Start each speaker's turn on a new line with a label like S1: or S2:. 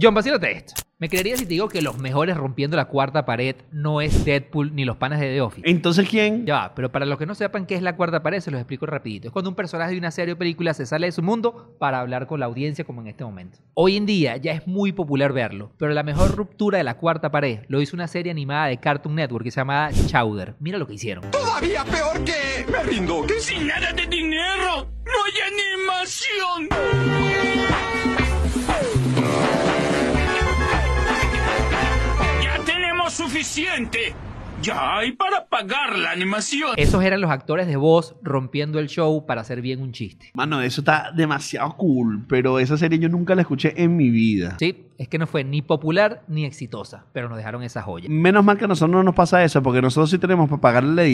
S1: John, vacílate esto. Me creería si te digo que los mejores rompiendo la cuarta pared no es Deadpool ni los panas de The Office.
S2: Entonces, ¿quién?
S1: Ya va, pero para los que no sepan qué es la cuarta pared, se los explico rapidito. Es cuando un personaje de una serie o película se sale de su mundo para hablar con la audiencia como en este momento. Hoy en día ya es muy popular verlo, pero la mejor ruptura de la cuarta pared lo hizo una serie animada de Cartoon Network que se llamaba Chowder. Mira lo que hicieron.
S3: Todavía peor que... Me rindo. ¿Qué
S4: sin nada de dinero. No hay animación. Ya tenemos suficiente. Ya hay para pagar la animación.
S1: Esos eran los actores de voz rompiendo el show para hacer bien un chiste.
S2: Mano, eso está demasiado cool, pero esa serie yo nunca la escuché en mi vida.
S1: Sí, es que no fue ni popular ni exitosa, pero nos dejaron esa joya.
S2: Menos mal que a nosotros no nos pasa eso, porque nosotros sí tenemos para pagarle